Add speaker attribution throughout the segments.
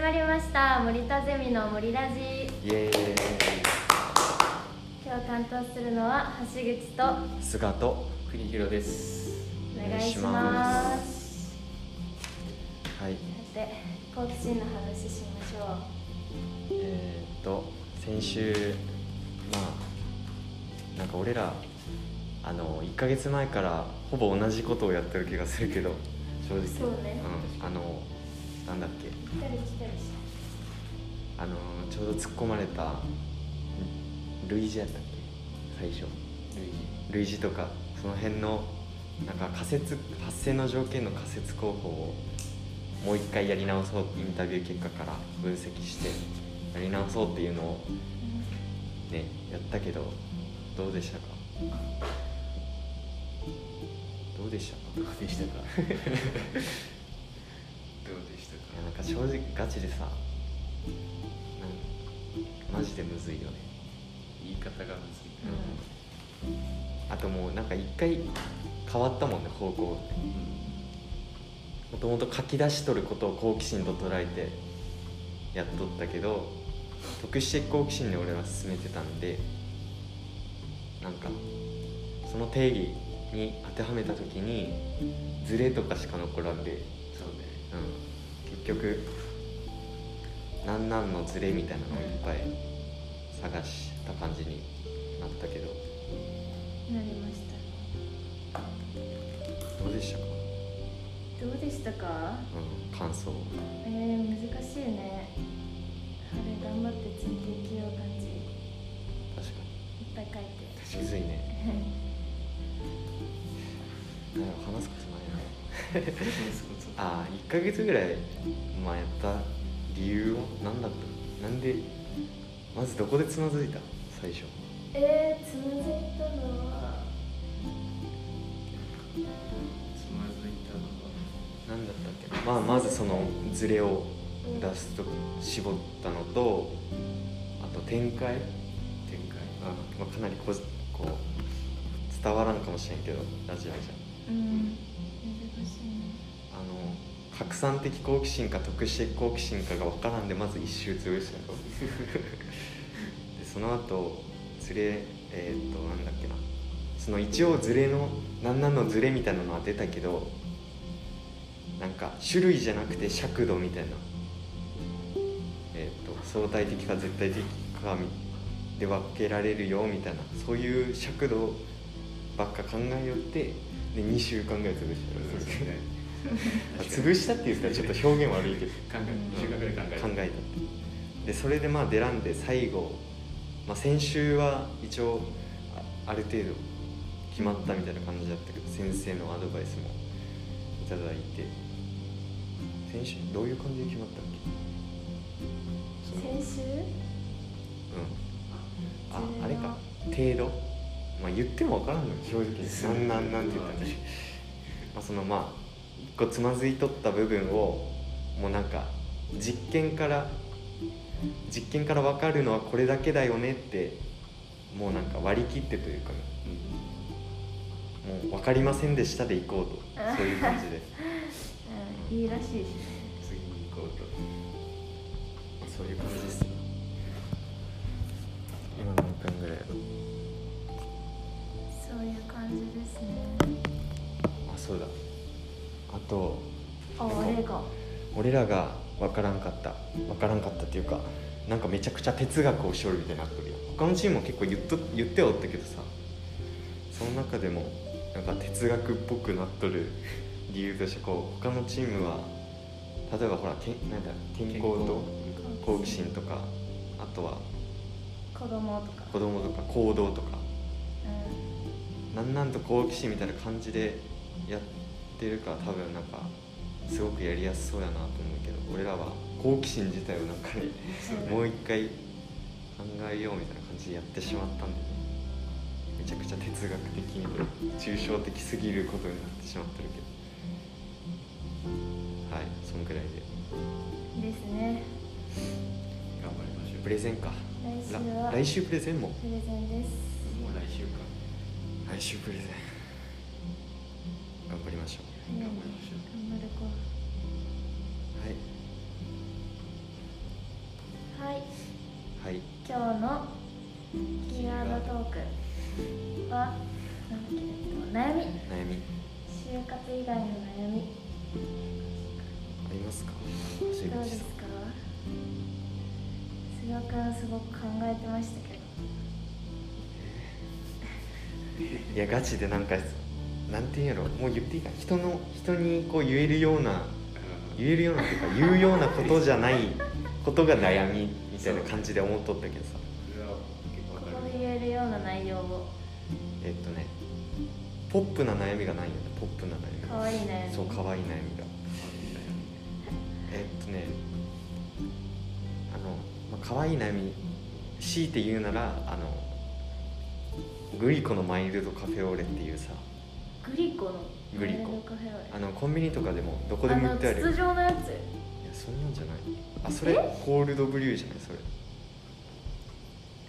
Speaker 1: まりました森田ゼミの森ラジ
Speaker 2: イエーイ
Speaker 1: 今日担当するのは橋口と
Speaker 2: 菅と国広です
Speaker 1: お願いします
Speaker 2: はい
Speaker 1: さて好奇心の話しましょう
Speaker 2: えー、っと先週まあなんか俺らあの1ヶ月前からほぼ同じことをやってる気がするけど正直
Speaker 1: そうね
Speaker 2: うん、あのなんだっけ
Speaker 1: 来たり来たりし
Speaker 2: あのちょうど突っ込まれたん類似やったっけ最初類似とかその辺のなんか仮説発生の条件の仮説候補をもう一回やり直そうインタビュー結果から分析してやり直そうっていうのをねやったけどどうでしたかどうでしたか
Speaker 3: どうでしたか どうでした
Speaker 2: いやなんか正直ガチでさなんマジでむずいよね
Speaker 3: 言い方がむずい
Speaker 2: あともうなんか一回変わったもんね方向もともと書き出しとることを好奇心と捉えてやっとったけど得して好奇心で俺は進めてたんでなんかその定義に当てはめた時にズレとかしか残らんで、
Speaker 3: そうね
Speaker 2: うん、結局なんなんのズレみたいなのをいっぱい探した感じになったけど
Speaker 1: たなりました
Speaker 2: どうでしたか、
Speaker 1: どうでしたか
Speaker 2: うん、感想
Speaker 1: えー、難しいねあれ頑張ってついていきよう感じい
Speaker 2: 確かに
Speaker 1: っぱい書いて
Speaker 2: むずいねなんやろ話すことないなああ1ヶ月ぐらい、まあ、やった理由は何だったなんでまずどこでつまずいた最初
Speaker 1: えー、つまずいたのは
Speaker 3: つまずいたのは
Speaker 2: 何だったっけな、まあ、まずそのズレを
Speaker 1: うん
Speaker 2: 出すと絞ったのとあと展開
Speaker 3: 展開
Speaker 2: あ、まあ、かなりここう伝わらんかもしれんけどラジオじゃ
Speaker 1: うん難しいね
Speaker 2: あの拡散的好奇心か得して好奇心かが分からんでまず一周潰したのでその後ズレえーっとなんだっけなその一応ズレのなんなんのズレみたいなのは出たけどなんか種類じゃなくて尺度みたいなえーっと相対的か絶対的かみで分けられるよみたいなそういう尺度ばっか考えよってで2週間ぐらい潰したの
Speaker 3: そうね
Speaker 2: あ潰したって言ったらちょっと表現悪いけど
Speaker 3: 考え二週間ぐらい考えた
Speaker 2: 考えたってでそれでまあ出らんで最後、まあ、先週は一応あある程度決まったみたいな感じだったけど先生のアドバイスもいただいて先週どういう感じで決まったっ
Speaker 1: 先週
Speaker 2: けうんああれか程度まあ言っても分からんのよ正直なんなんなんて言ったらいいまあ、そのまあ一個つまずいとった部分をもうなんか実験から実験から分かるのはこれだけだよねってもうなんか割り切ってというか
Speaker 3: うん
Speaker 2: もう分かりませんでしたで行こうとそういう感じ で
Speaker 1: うんいいらしいしね
Speaker 3: 次に行こうと
Speaker 2: まあそういう感じです今何分ぐらい
Speaker 1: そういう感じですね
Speaker 2: あそうだあと
Speaker 1: ああれが
Speaker 2: 俺らが分からんかった分からんかったっていうかなんかめちゃくちゃ哲学をしょるみたいになっとるよ他のチームも結構言っと言ってはおったけどさその中でもなんか哲学っぽくなっとる 理由としてこう他のチームは例えばほらけなんだ健康と好奇心とかあとは
Speaker 1: 子供とか
Speaker 2: 子供とか行動とか
Speaker 1: う
Speaker 2: なんなんと好奇心みたいな感じでやってるから多分なんかすごくやりやすそうやなと思うけど俺らは好奇心自体をなんかね
Speaker 1: ん
Speaker 2: もう一回考えようみたいな感じでやってしまったんでねめちゃくちゃ哲学的に抽象的すぎることになってしまってるけどはいそんくらいで
Speaker 1: ですね
Speaker 3: 頑張りましょう
Speaker 2: プレゼンか
Speaker 1: 来週
Speaker 2: ら
Speaker 1: は
Speaker 2: 来週プレゼンも
Speaker 1: プレゼンです
Speaker 3: もう来週か
Speaker 2: 来週プレゼン頑張りましょう
Speaker 1: うん
Speaker 3: 頑張りましょう
Speaker 1: 頑張る子
Speaker 2: はい
Speaker 1: はい
Speaker 2: はい
Speaker 1: 今日のキーワードトークはなんだっけえっと悩み
Speaker 2: 悩み
Speaker 1: 就活以外の悩み
Speaker 2: ありますか橋
Speaker 1: どうで
Speaker 2: 口
Speaker 1: す
Speaker 2: さ
Speaker 1: か菅尾君すごく考えてましたけど
Speaker 2: んいやガチでなんかなんていうんやろもう言っていいか人の人にこう言えるような
Speaker 3: うん
Speaker 2: 言えるようなっていうか言うようなことじゃないことが悩みみたいな感じで思っとったけどさ
Speaker 3: それは結構わ
Speaker 1: こ
Speaker 3: か
Speaker 1: こで
Speaker 3: る
Speaker 1: 言えるような内容を
Speaker 2: えっとねポップな悩みがないよねポップな悩み
Speaker 1: 可愛い悩み
Speaker 2: そう可愛い悩みがえっとねあの、まあ、可愛い悩み強いて言うならあのグリコのマイルドカフェオレっていうさ
Speaker 1: グリコの
Speaker 2: グリコ
Speaker 1: マイルドカフェオレ
Speaker 2: あのコンビニとかでもどこでも売ってある
Speaker 1: あの筒状のやつ
Speaker 2: いやそんなんじゃないあそれコールドブリューじゃないそれ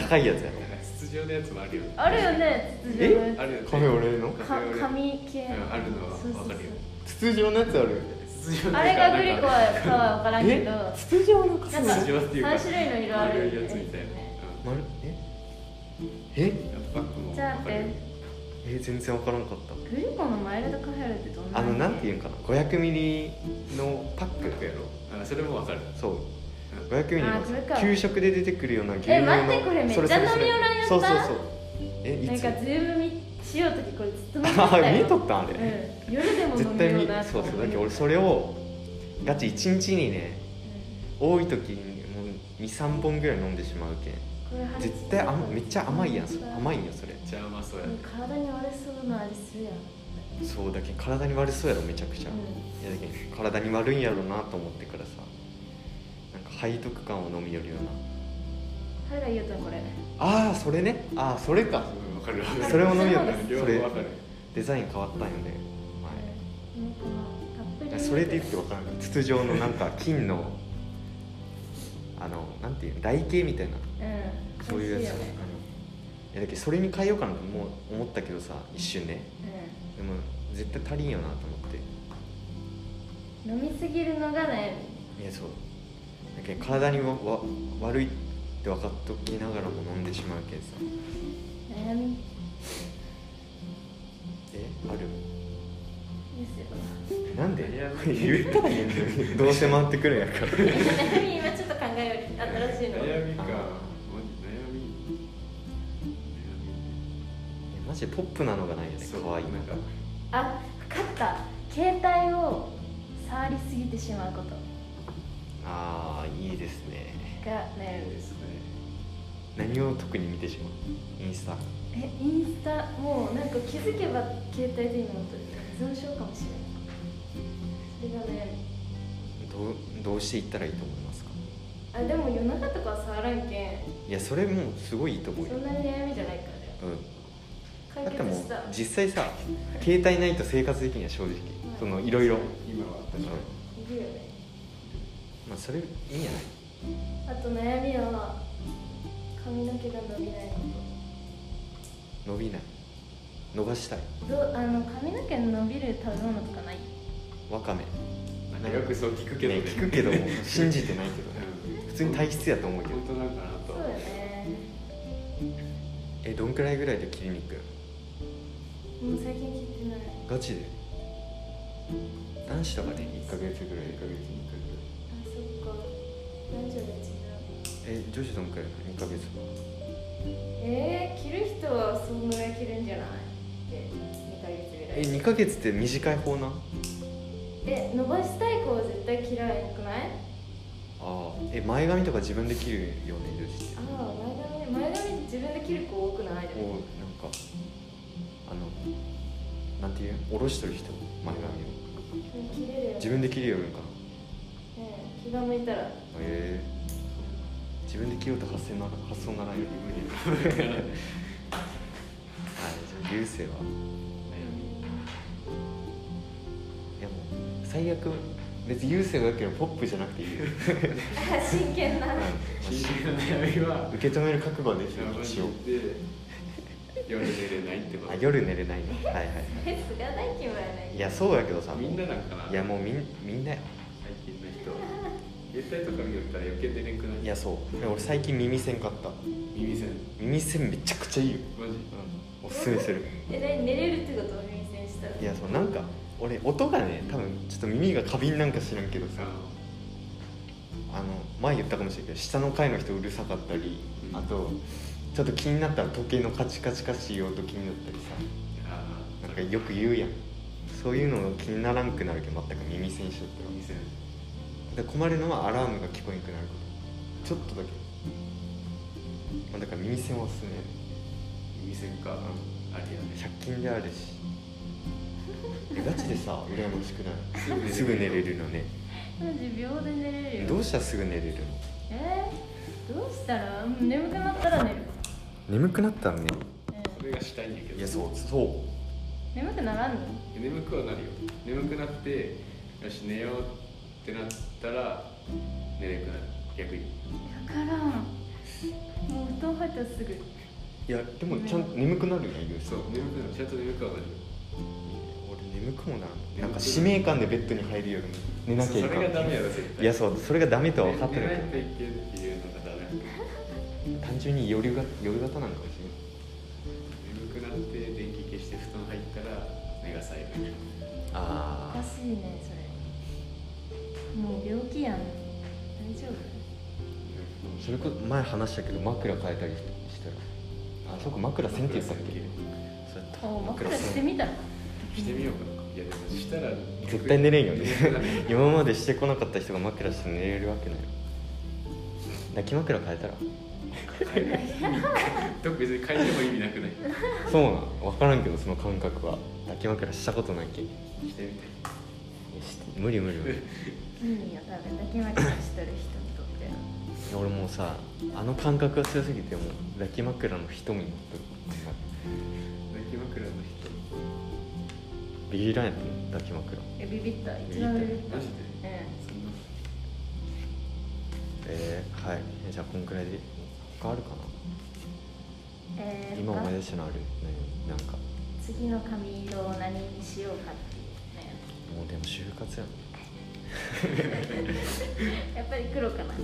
Speaker 2: 高いやつやろ
Speaker 3: 筒状のやつもあるよ
Speaker 1: あるよね筒状のやつ
Speaker 3: あるよね
Speaker 2: カフェオレの
Speaker 1: か紙系
Speaker 3: うんあるのは
Speaker 1: そうそうそう
Speaker 3: わかるよ
Speaker 2: 筒状のやつある
Speaker 3: 筒状の
Speaker 1: あれがグリコはかは分からんけど
Speaker 2: え筒状のカフェオレ
Speaker 1: なんか
Speaker 3: 筒状っていうか
Speaker 1: 3種類の色ある
Speaker 3: 丸いやつみたいな
Speaker 2: 丸ええ
Speaker 3: うんバッグも
Speaker 1: じゃあ
Speaker 3: わ
Speaker 1: 待っ
Speaker 3: かるよ
Speaker 1: て
Speaker 2: え全然わからんかった
Speaker 1: グリコのマイルドカフェオレってどんな
Speaker 2: あのなんてい
Speaker 1: の
Speaker 2: うんかな500ミリのパックやろ
Speaker 3: あそれもわかる
Speaker 2: そう500ミリ
Speaker 1: あーそれか
Speaker 2: の給食で出てくるような牛乳の
Speaker 1: え待ってこれめっちゃ
Speaker 2: そそそ
Speaker 1: 飲みよらんやった
Speaker 2: そうそうそうえい
Speaker 1: なん
Speaker 2: つ
Speaker 1: かズーム見しようときこれずっと見てた
Speaker 2: あ
Speaker 1: よ
Speaker 2: 見とったんあれ、
Speaker 1: うん、夜でも飲
Speaker 2: 絶
Speaker 1: み
Speaker 2: 対
Speaker 1: よ
Speaker 2: 見
Speaker 1: うな
Speaker 2: そうそうだけど俺それをガチ1日にね多い時にもう23本ぐらい飲んでしまうけん絶対あめっちゃ甘いやんそれ甘
Speaker 1: い
Speaker 2: いんよそれ
Speaker 3: めっちゃ甘そうや
Speaker 1: 体に悪そうな味するやん、
Speaker 2: そうだけん体に悪そうやろめちゃくちゃ、
Speaker 1: うん
Speaker 2: いやだけん体に悪いんやろなと思ってからさなんか背徳感を飲みよるような
Speaker 1: 原田優斗これ
Speaker 2: ああそれねああそれか
Speaker 3: うんわかるわかる
Speaker 2: それも飲みよ
Speaker 1: そう
Speaker 2: っ
Speaker 1: で
Speaker 2: た
Speaker 1: す
Speaker 2: そ
Speaker 3: 両
Speaker 2: れ
Speaker 3: 方わかる
Speaker 2: デザイン変わったんよね
Speaker 1: うんこのたっぷり
Speaker 2: 前それで言ってわからん筒状のなんか金のあのなんていうの台形みたいな
Speaker 1: うん
Speaker 2: そういうやつ、
Speaker 1: 美味しよね
Speaker 2: あのいやだけどそれに変えようかなともう思ったけどさ一瞬ねでも絶対足りんよなと思って
Speaker 1: うん、飲みすぎるのが悩み
Speaker 2: いやそうだけど体にわわ悪いって分かっときながらも飲んでしまうけどさ
Speaker 1: 悩み
Speaker 2: えある
Speaker 1: ですよ
Speaker 2: なんで
Speaker 3: いや
Speaker 2: 言ったらいいのにどうせ回ってくるんやから
Speaker 1: 悩み今ちょっと考えより新しいの
Speaker 3: 悩みか
Speaker 2: あー
Speaker 3: もう悩み悩
Speaker 2: マジでポップなのがないよ
Speaker 3: み
Speaker 2: ね
Speaker 3: そう
Speaker 2: 可愛いの
Speaker 3: なんか
Speaker 1: あ分かった携帯を触りすぎてしまうこと
Speaker 2: ああいいですね
Speaker 1: が
Speaker 3: い
Speaker 1: 悩
Speaker 3: い
Speaker 1: み
Speaker 3: ですね
Speaker 2: 何を特に見てしまうインスタ
Speaker 1: えインスタもうなんか気づけば携帯で今のと依存症かもしれないそれが悩み
Speaker 2: どうどうしていったらいいと思いますか
Speaker 1: あでも夜中とかは触らんけん
Speaker 2: いやそれもうすごいいいと思うよ
Speaker 1: そんなに悩みじゃないからだよ解
Speaker 2: うんだって
Speaker 1: 決
Speaker 2: もう
Speaker 1: した
Speaker 2: 実際さ携帯ないと生活できない正直そのいろいろ
Speaker 3: 今は確かに
Speaker 1: いるよね
Speaker 2: まあそれいいんじゃない
Speaker 1: あと悩みは髪の毛が伸びないこ
Speaker 2: 伸びない伸ばしたい
Speaker 1: とどうあの髪の毛伸びる食べ物とかない
Speaker 2: わかめ、ね、
Speaker 3: なんかよくそう聞くけどね
Speaker 2: 聞くけど も信じてないけどね
Speaker 3: うん
Speaker 2: 普通に体質やと思うけど
Speaker 3: 本当なんかな
Speaker 1: そ
Speaker 3: と
Speaker 1: うよね
Speaker 2: えどんくらいぐらいで切りに行く
Speaker 1: もう最近切ってない
Speaker 2: ガチで男子とかね1ヶ月ぐらい
Speaker 3: 1ヶ月に1回ぐらい
Speaker 1: あそっか男女で違う
Speaker 2: え女子どんくらいなの2ヶ月
Speaker 1: えー、切る人はそんぐらい切るんじゃないって2ヶ月ぐら
Speaker 2: え
Speaker 1: い
Speaker 2: 2ヶ月って短い方なあ
Speaker 1: え伸ばしたい子は絶対切らなくない
Speaker 2: あえ前髪とか自分で切るよね女子って
Speaker 1: ああ前髪前髪自分で切る子多くないで
Speaker 2: お
Speaker 1: も
Speaker 2: なんかあのなんていう下ろしとる人前髪を
Speaker 1: 切れるよね
Speaker 2: 自分で切るよるんかな
Speaker 1: ねえ気が向いたら
Speaker 2: へえ自分で切ようと発想な発想ならんよ
Speaker 3: 無理やな
Speaker 2: はいじゃあ流星はいやもう最悪別に流星がよければポップじゃなくていいよ
Speaker 1: あ真剣な
Speaker 3: 真剣な悩みは
Speaker 2: 受け止める覚悟はできる一応
Speaker 3: で夜寝れないってこと
Speaker 2: あ夜寝れないねはいは
Speaker 1: え菅大輝もやないい
Speaker 2: いやそうやけどさ
Speaker 3: みんななんかない
Speaker 2: やもうみんみんなよ
Speaker 3: 最近の人
Speaker 2: い
Speaker 3: 携帯とか見よったら余計出れんくない
Speaker 2: いやそうで俺最近耳栓買った
Speaker 3: 耳栓
Speaker 2: 耳栓めちゃくちゃいいよ、
Speaker 3: マジ
Speaker 2: おすすめする
Speaker 1: え何寝れるってこと耳栓したら
Speaker 2: いやそうなんか俺音がね多分ちょっと耳が過敏なんか知らんけどさ
Speaker 3: あの
Speaker 2: あの前言ったかもしれんけど下の階の人うるさかったり
Speaker 3: うん
Speaker 2: あとちょっと気になったら時計のカチカチカチ言う音気になったりさ
Speaker 3: あー
Speaker 2: なんかよく言うやんそういうのが気にならんくなるけど全く耳栓しちゃって
Speaker 3: 耳栓
Speaker 2: で困るのはアラームが聞こえなくなることちょっとだけ、まあ、だから耳栓はおすすめ
Speaker 3: 耳栓かありやね
Speaker 2: 100均であるしえガチでさ羨ましく ないす
Speaker 3: す
Speaker 2: ぐ
Speaker 3: ぐ
Speaker 2: 寝
Speaker 3: 寝
Speaker 2: れ
Speaker 3: れ
Speaker 2: る
Speaker 3: る
Speaker 2: のね
Speaker 1: マジ秒で寝れるよ
Speaker 2: どうしたらすぐ寝れるの
Speaker 1: えー、どうしたらうん眠くなったら寝る、
Speaker 2: 眠くなったらね
Speaker 3: それがしたいんやけど
Speaker 2: いやそうそ
Speaker 1: うん、眠くならんの
Speaker 3: 眠くはなるよ眠くなってよし寝ようってなったら寝れんくなる逆に
Speaker 1: だからんもう布団入ったらすぐ
Speaker 2: ういやでもちゃんと眠くなるよね
Speaker 3: そう眠くなるちゃんと眠くはなる
Speaker 2: 俺眠くもなるなんか使命感でベッドに入るよりも寝なきゃい
Speaker 3: それが
Speaker 2: け
Speaker 3: ダ
Speaker 2: ない
Speaker 3: メやろ絶対
Speaker 2: いやそうそれがダメとは分かってる
Speaker 3: 寝ないと
Speaker 2: け
Speaker 3: いけるっていうのがダメ
Speaker 2: ど単純に夜が夜型なのかもし
Speaker 3: 眠くなって電気消して布団入ったら目が冴える
Speaker 2: れない
Speaker 1: お
Speaker 2: あ
Speaker 1: かしいねそれもう病気やん大丈夫
Speaker 2: それこそ前話したけど枕変えたりしたらあそこ枕線って言ったっけそうやった
Speaker 1: お枕
Speaker 2: 線
Speaker 1: してみたら
Speaker 3: してみようかないやでもしたら
Speaker 2: 絶対寝れんよね
Speaker 3: 眠くなる
Speaker 2: 今までしてこなかった人が枕して寝れるわけない抱き枕変えたら
Speaker 3: 特に別に変えても意味なくない
Speaker 2: そうなん分からんけどその感覚は抱き枕したことないけんい
Speaker 3: してみたい
Speaker 2: やし無理無理無理い
Speaker 1: いいよ多分抱き枕してる人にとっては
Speaker 2: や俺もうさあの感覚が強すぎてもう抱き枕の瞳になってる
Speaker 3: 抱き枕の人
Speaker 2: ビビらんやん抱き枕
Speaker 1: えビビった一番ビビった
Speaker 3: マジで
Speaker 1: う
Speaker 3: そんな
Speaker 2: えー、はいえじゃあこんくらいで他あるかな、
Speaker 1: んえー、
Speaker 2: 今思い出
Speaker 1: 他
Speaker 2: したのある何なんか
Speaker 1: 次の髪色を何にしようかっていう
Speaker 2: もうでも就活やん
Speaker 1: ねやっぱり黒かな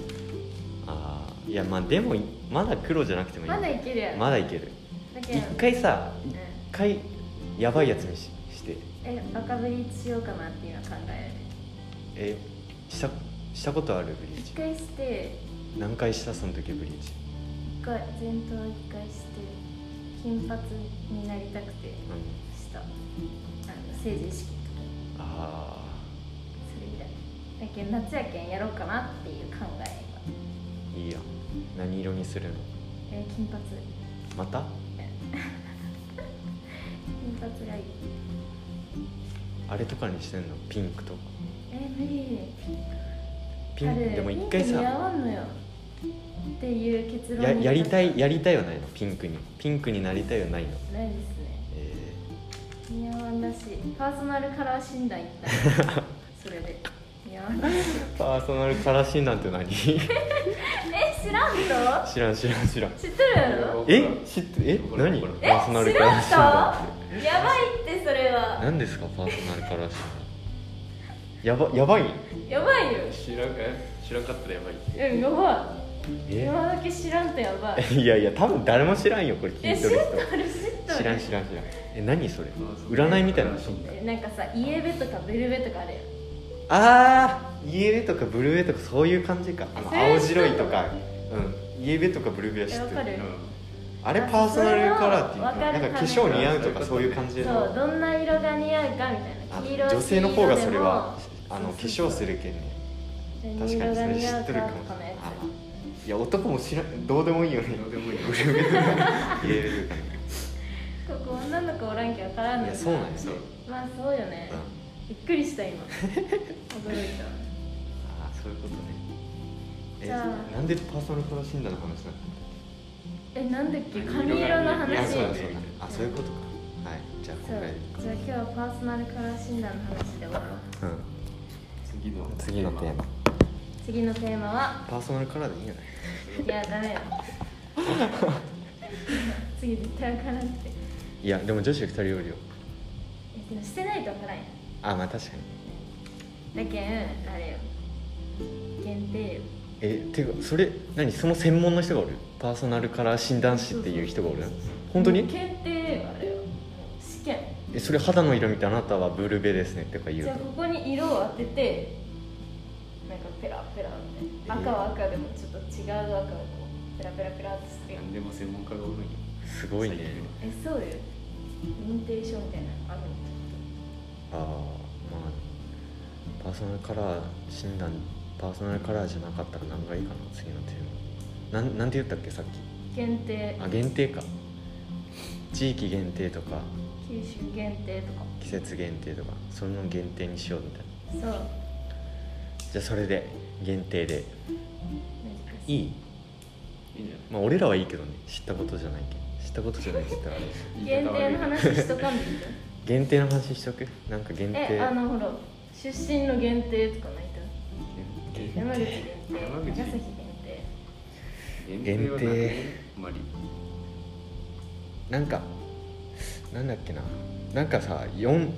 Speaker 2: ああいやまあでもいまだ黒じゃなくてもいい
Speaker 1: まだいけるやん
Speaker 2: まだいける
Speaker 1: だけど
Speaker 2: 一回さ
Speaker 1: うん
Speaker 2: 一回やばいやつにしして
Speaker 1: え赤ブリーチしようかなっていうのは考え
Speaker 2: えしたしたことあるブ
Speaker 1: る
Speaker 2: リー
Speaker 1: 一
Speaker 2: チ
Speaker 1: 回して
Speaker 2: 何回したその時ブリーチ
Speaker 1: 一回前頭一回して金髪になりたくて
Speaker 2: うん
Speaker 1: したあの政治意識とか
Speaker 2: あ
Speaker 1: それ以来だけど夏やけんやろうかなっていう考えが
Speaker 2: あいいやん何色にするの
Speaker 1: えー金髪
Speaker 2: また
Speaker 1: 金髪がいい
Speaker 2: あれとかにしてんのピンクとか
Speaker 1: え無理
Speaker 2: ピン
Speaker 1: あれ
Speaker 2: クでも一回
Speaker 1: ピンク似合
Speaker 2: さ
Speaker 1: わんのよっていう結論
Speaker 2: や
Speaker 1: に
Speaker 2: やりたいやりたいはないのピンクにピンクになりたいはないの
Speaker 1: ないですね
Speaker 2: え
Speaker 1: 似合わんだしパーソナルカラー診断行った らそれで似合わんえ
Speaker 2: ー、パーソナルカラー診断って何 知
Speaker 1: 知らんと
Speaker 2: らん知らん知らん
Speaker 1: 知っとるやろ
Speaker 2: え知ってえ
Speaker 3: ほら
Speaker 2: 何
Speaker 3: ほら
Speaker 2: パ
Speaker 1: え
Speaker 2: ーソナル
Speaker 1: 知
Speaker 2: カラ
Speaker 1: ら
Speaker 2: ー
Speaker 1: ん
Speaker 2: 診
Speaker 1: と
Speaker 2: 断って
Speaker 1: やばいってそれは
Speaker 2: 何ですかパーソナルカラー診断やばやばい
Speaker 1: やばいよ
Speaker 3: 知らんか知らんかったらやばい
Speaker 1: うんやばい
Speaker 2: え
Speaker 1: 今だけ知らんとやばい
Speaker 2: いやいや多分誰も知らんよこれ聞
Speaker 1: え
Speaker 2: い
Speaker 1: 知
Speaker 2: と
Speaker 1: っ
Speaker 2: る
Speaker 1: とる知っとる
Speaker 2: 人知らん知らん知らんえ何それ
Speaker 3: まあそう
Speaker 2: 占いみたいなの
Speaker 1: えなんかさイエベとかベルベとかあるやん
Speaker 2: あーイエベとかブルーベとかそういう感じかあの
Speaker 1: それ
Speaker 2: 青白いとかうんイエベとかブルーベは知
Speaker 1: えわ
Speaker 2: っ
Speaker 1: か
Speaker 2: て
Speaker 1: る
Speaker 2: るあれパーソナルカラーっていう
Speaker 1: わか
Speaker 2: か
Speaker 1: る
Speaker 2: なんか化粧似合うとかそ
Speaker 3: そうう
Speaker 2: い
Speaker 3: いうう
Speaker 2: 感じで
Speaker 1: そうどんな色が似合うかみた
Speaker 2: あ
Speaker 1: いな黄色
Speaker 2: 女性の方がそれは
Speaker 1: 黄色でも
Speaker 2: あの化粧するけんね
Speaker 1: そうそうそ
Speaker 2: 確
Speaker 1: う
Speaker 2: か
Speaker 1: 何
Speaker 2: にそ
Speaker 1: 色が似
Speaker 2: れ知
Speaker 1: 合う
Speaker 2: っ
Speaker 1: かと
Speaker 2: とるかも
Speaker 1: かのや
Speaker 2: あ
Speaker 1: つ
Speaker 2: いや男も知らんどうでもいいよね
Speaker 3: どうでもいい
Speaker 2: ブルーベとかイエベとか
Speaker 1: ここ女の子おらんけわからんの
Speaker 2: い
Speaker 1: よ
Speaker 2: やそうなんや
Speaker 3: そう
Speaker 1: まあそうよね、びっくりした 今驚いた
Speaker 2: ああそういうことねえ
Speaker 1: じゃあ
Speaker 2: なんでパーソナルカラー診断の話なの
Speaker 1: えなんだっけ髪色の
Speaker 2: い
Speaker 1: 話
Speaker 2: やそうだ
Speaker 1: そう
Speaker 2: そうだあそういうことかはいじゃあこんぐらいでいい
Speaker 1: じゃあ今日はパーソナルカラー診断の話で終わろう
Speaker 2: か
Speaker 3: 次の
Speaker 2: うん次のテーマ
Speaker 1: 次のテーマは
Speaker 2: パーソナルカラーでいいよね
Speaker 1: いやダメよ次絶対わからんって
Speaker 2: いやでも女子2人おるよ
Speaker 1: えでもしてないとわからんやん
Speaker 2: あまあ確かに
Speaker 1: だけんあれよ限定
Speaker 2: えてかそれ何その専門の人がおるパーソナルカラー診断士っていう人がおる本当に
Speaker 1: 検定あれよ試験
Speaker 2: えそれ肌の色見てあなたはブルベですねとか言う
Speaker 1: じゃあここに色を当ててなんかペラペラみたいな赤は赤でもちょっと違う赤をこうペラペラペラってして
Speaker 3: 何でも専門家がおるんよ
Speaker 2: とすごいね
Speaker 1: えそうよインテーションみたいなのあるの
Speaker 2: ああまあパーソナルカラー診断パーソナルカラーじゃなかったら何がいいかな次のテーマなんなんて言ったっけさっき
Speaker 1: 限定
Speaker 2: あ限定か地域限定とか
Speaker 1: 九州限定とか
Speaker 2: 季節限定とかそれの限定にしようみたいな
Speaker 1: そう
Speaker 2: じゃあそれで限定で
Speaker 1: 難し
Speaker 2: いい
Speaker 3: いいんじ
Speaker 2: まあ俺らはいいけどね知ったことじゃないけど知ったことじゃないって言ったらあれ
Speaker 3: ゃない言
Speaker 1: 限
Speaker 3: い方悪
Speaker 1: 定
Speaker 3: い
Speaker 1: の話
Speaker 3: けど
Speaker 1: しとかんでいいじゃん
Speaker 2: 限定の話しとくなんか限定
Speaker 1: えあのほら出身の限定とかないと
Speaker 3: 限定
Speaker 1: 山口限定
Speaker 3: 山口
Speaker 1: 長崎限定
Speaker 3: 限定はなんかねあんまり
Speaker 2: なんかなんだっけななんかさ4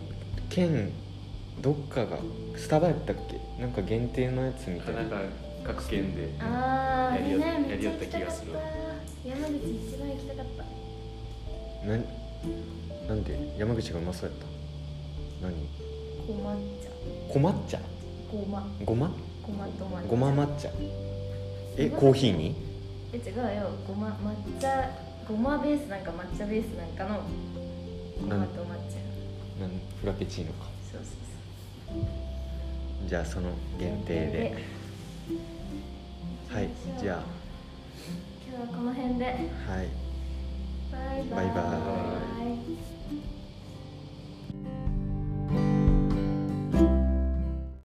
Speaker 2: 県どっかがスタバやったっけなんか限定のやつみた
Speaker 3: あ
Speaker 2: いな
Speaker 3: なんか各県で
Speaker 1: あああれねめ
Speaker 3: や
Speaker 1: っ
Speaker 3: り
Speaker 1: ちゃ
Speaker 3: よっ
Speaker 1: 行きた
Speaker 3: た気
Speaker 1: か
Speaker 3: が
Speaker 1: った
Speaker 3: する
Speaker 1: 山口一番行きたかった
Speaker 2: なんなんで山口がうまそうやった何
Speaker 1: ごまっちゃ
Speaker 2: 小抹茶
Speaker 1: ごま
Speaker 2: ごま
Speaker 1: ごまと抹茶
Speaker 2: ごま抹茶えコーヒーに
Speaker 1: え違うよごま抹茶ごまベースなんか抹茶ベースなんかのごまと抹茶
Speaker 2: なんフラペチーノか
Speaker 1: そうそうそ
Speaker 2: じゃあその
Speaker 1: う
Speaker 2: 限定ではいじゃ
Speaker 1: 今日はこの辺で
Speaker 2: あはい
Speaker 1: バイバ
Speaker 2: バイバ
Speaker 3: ーイ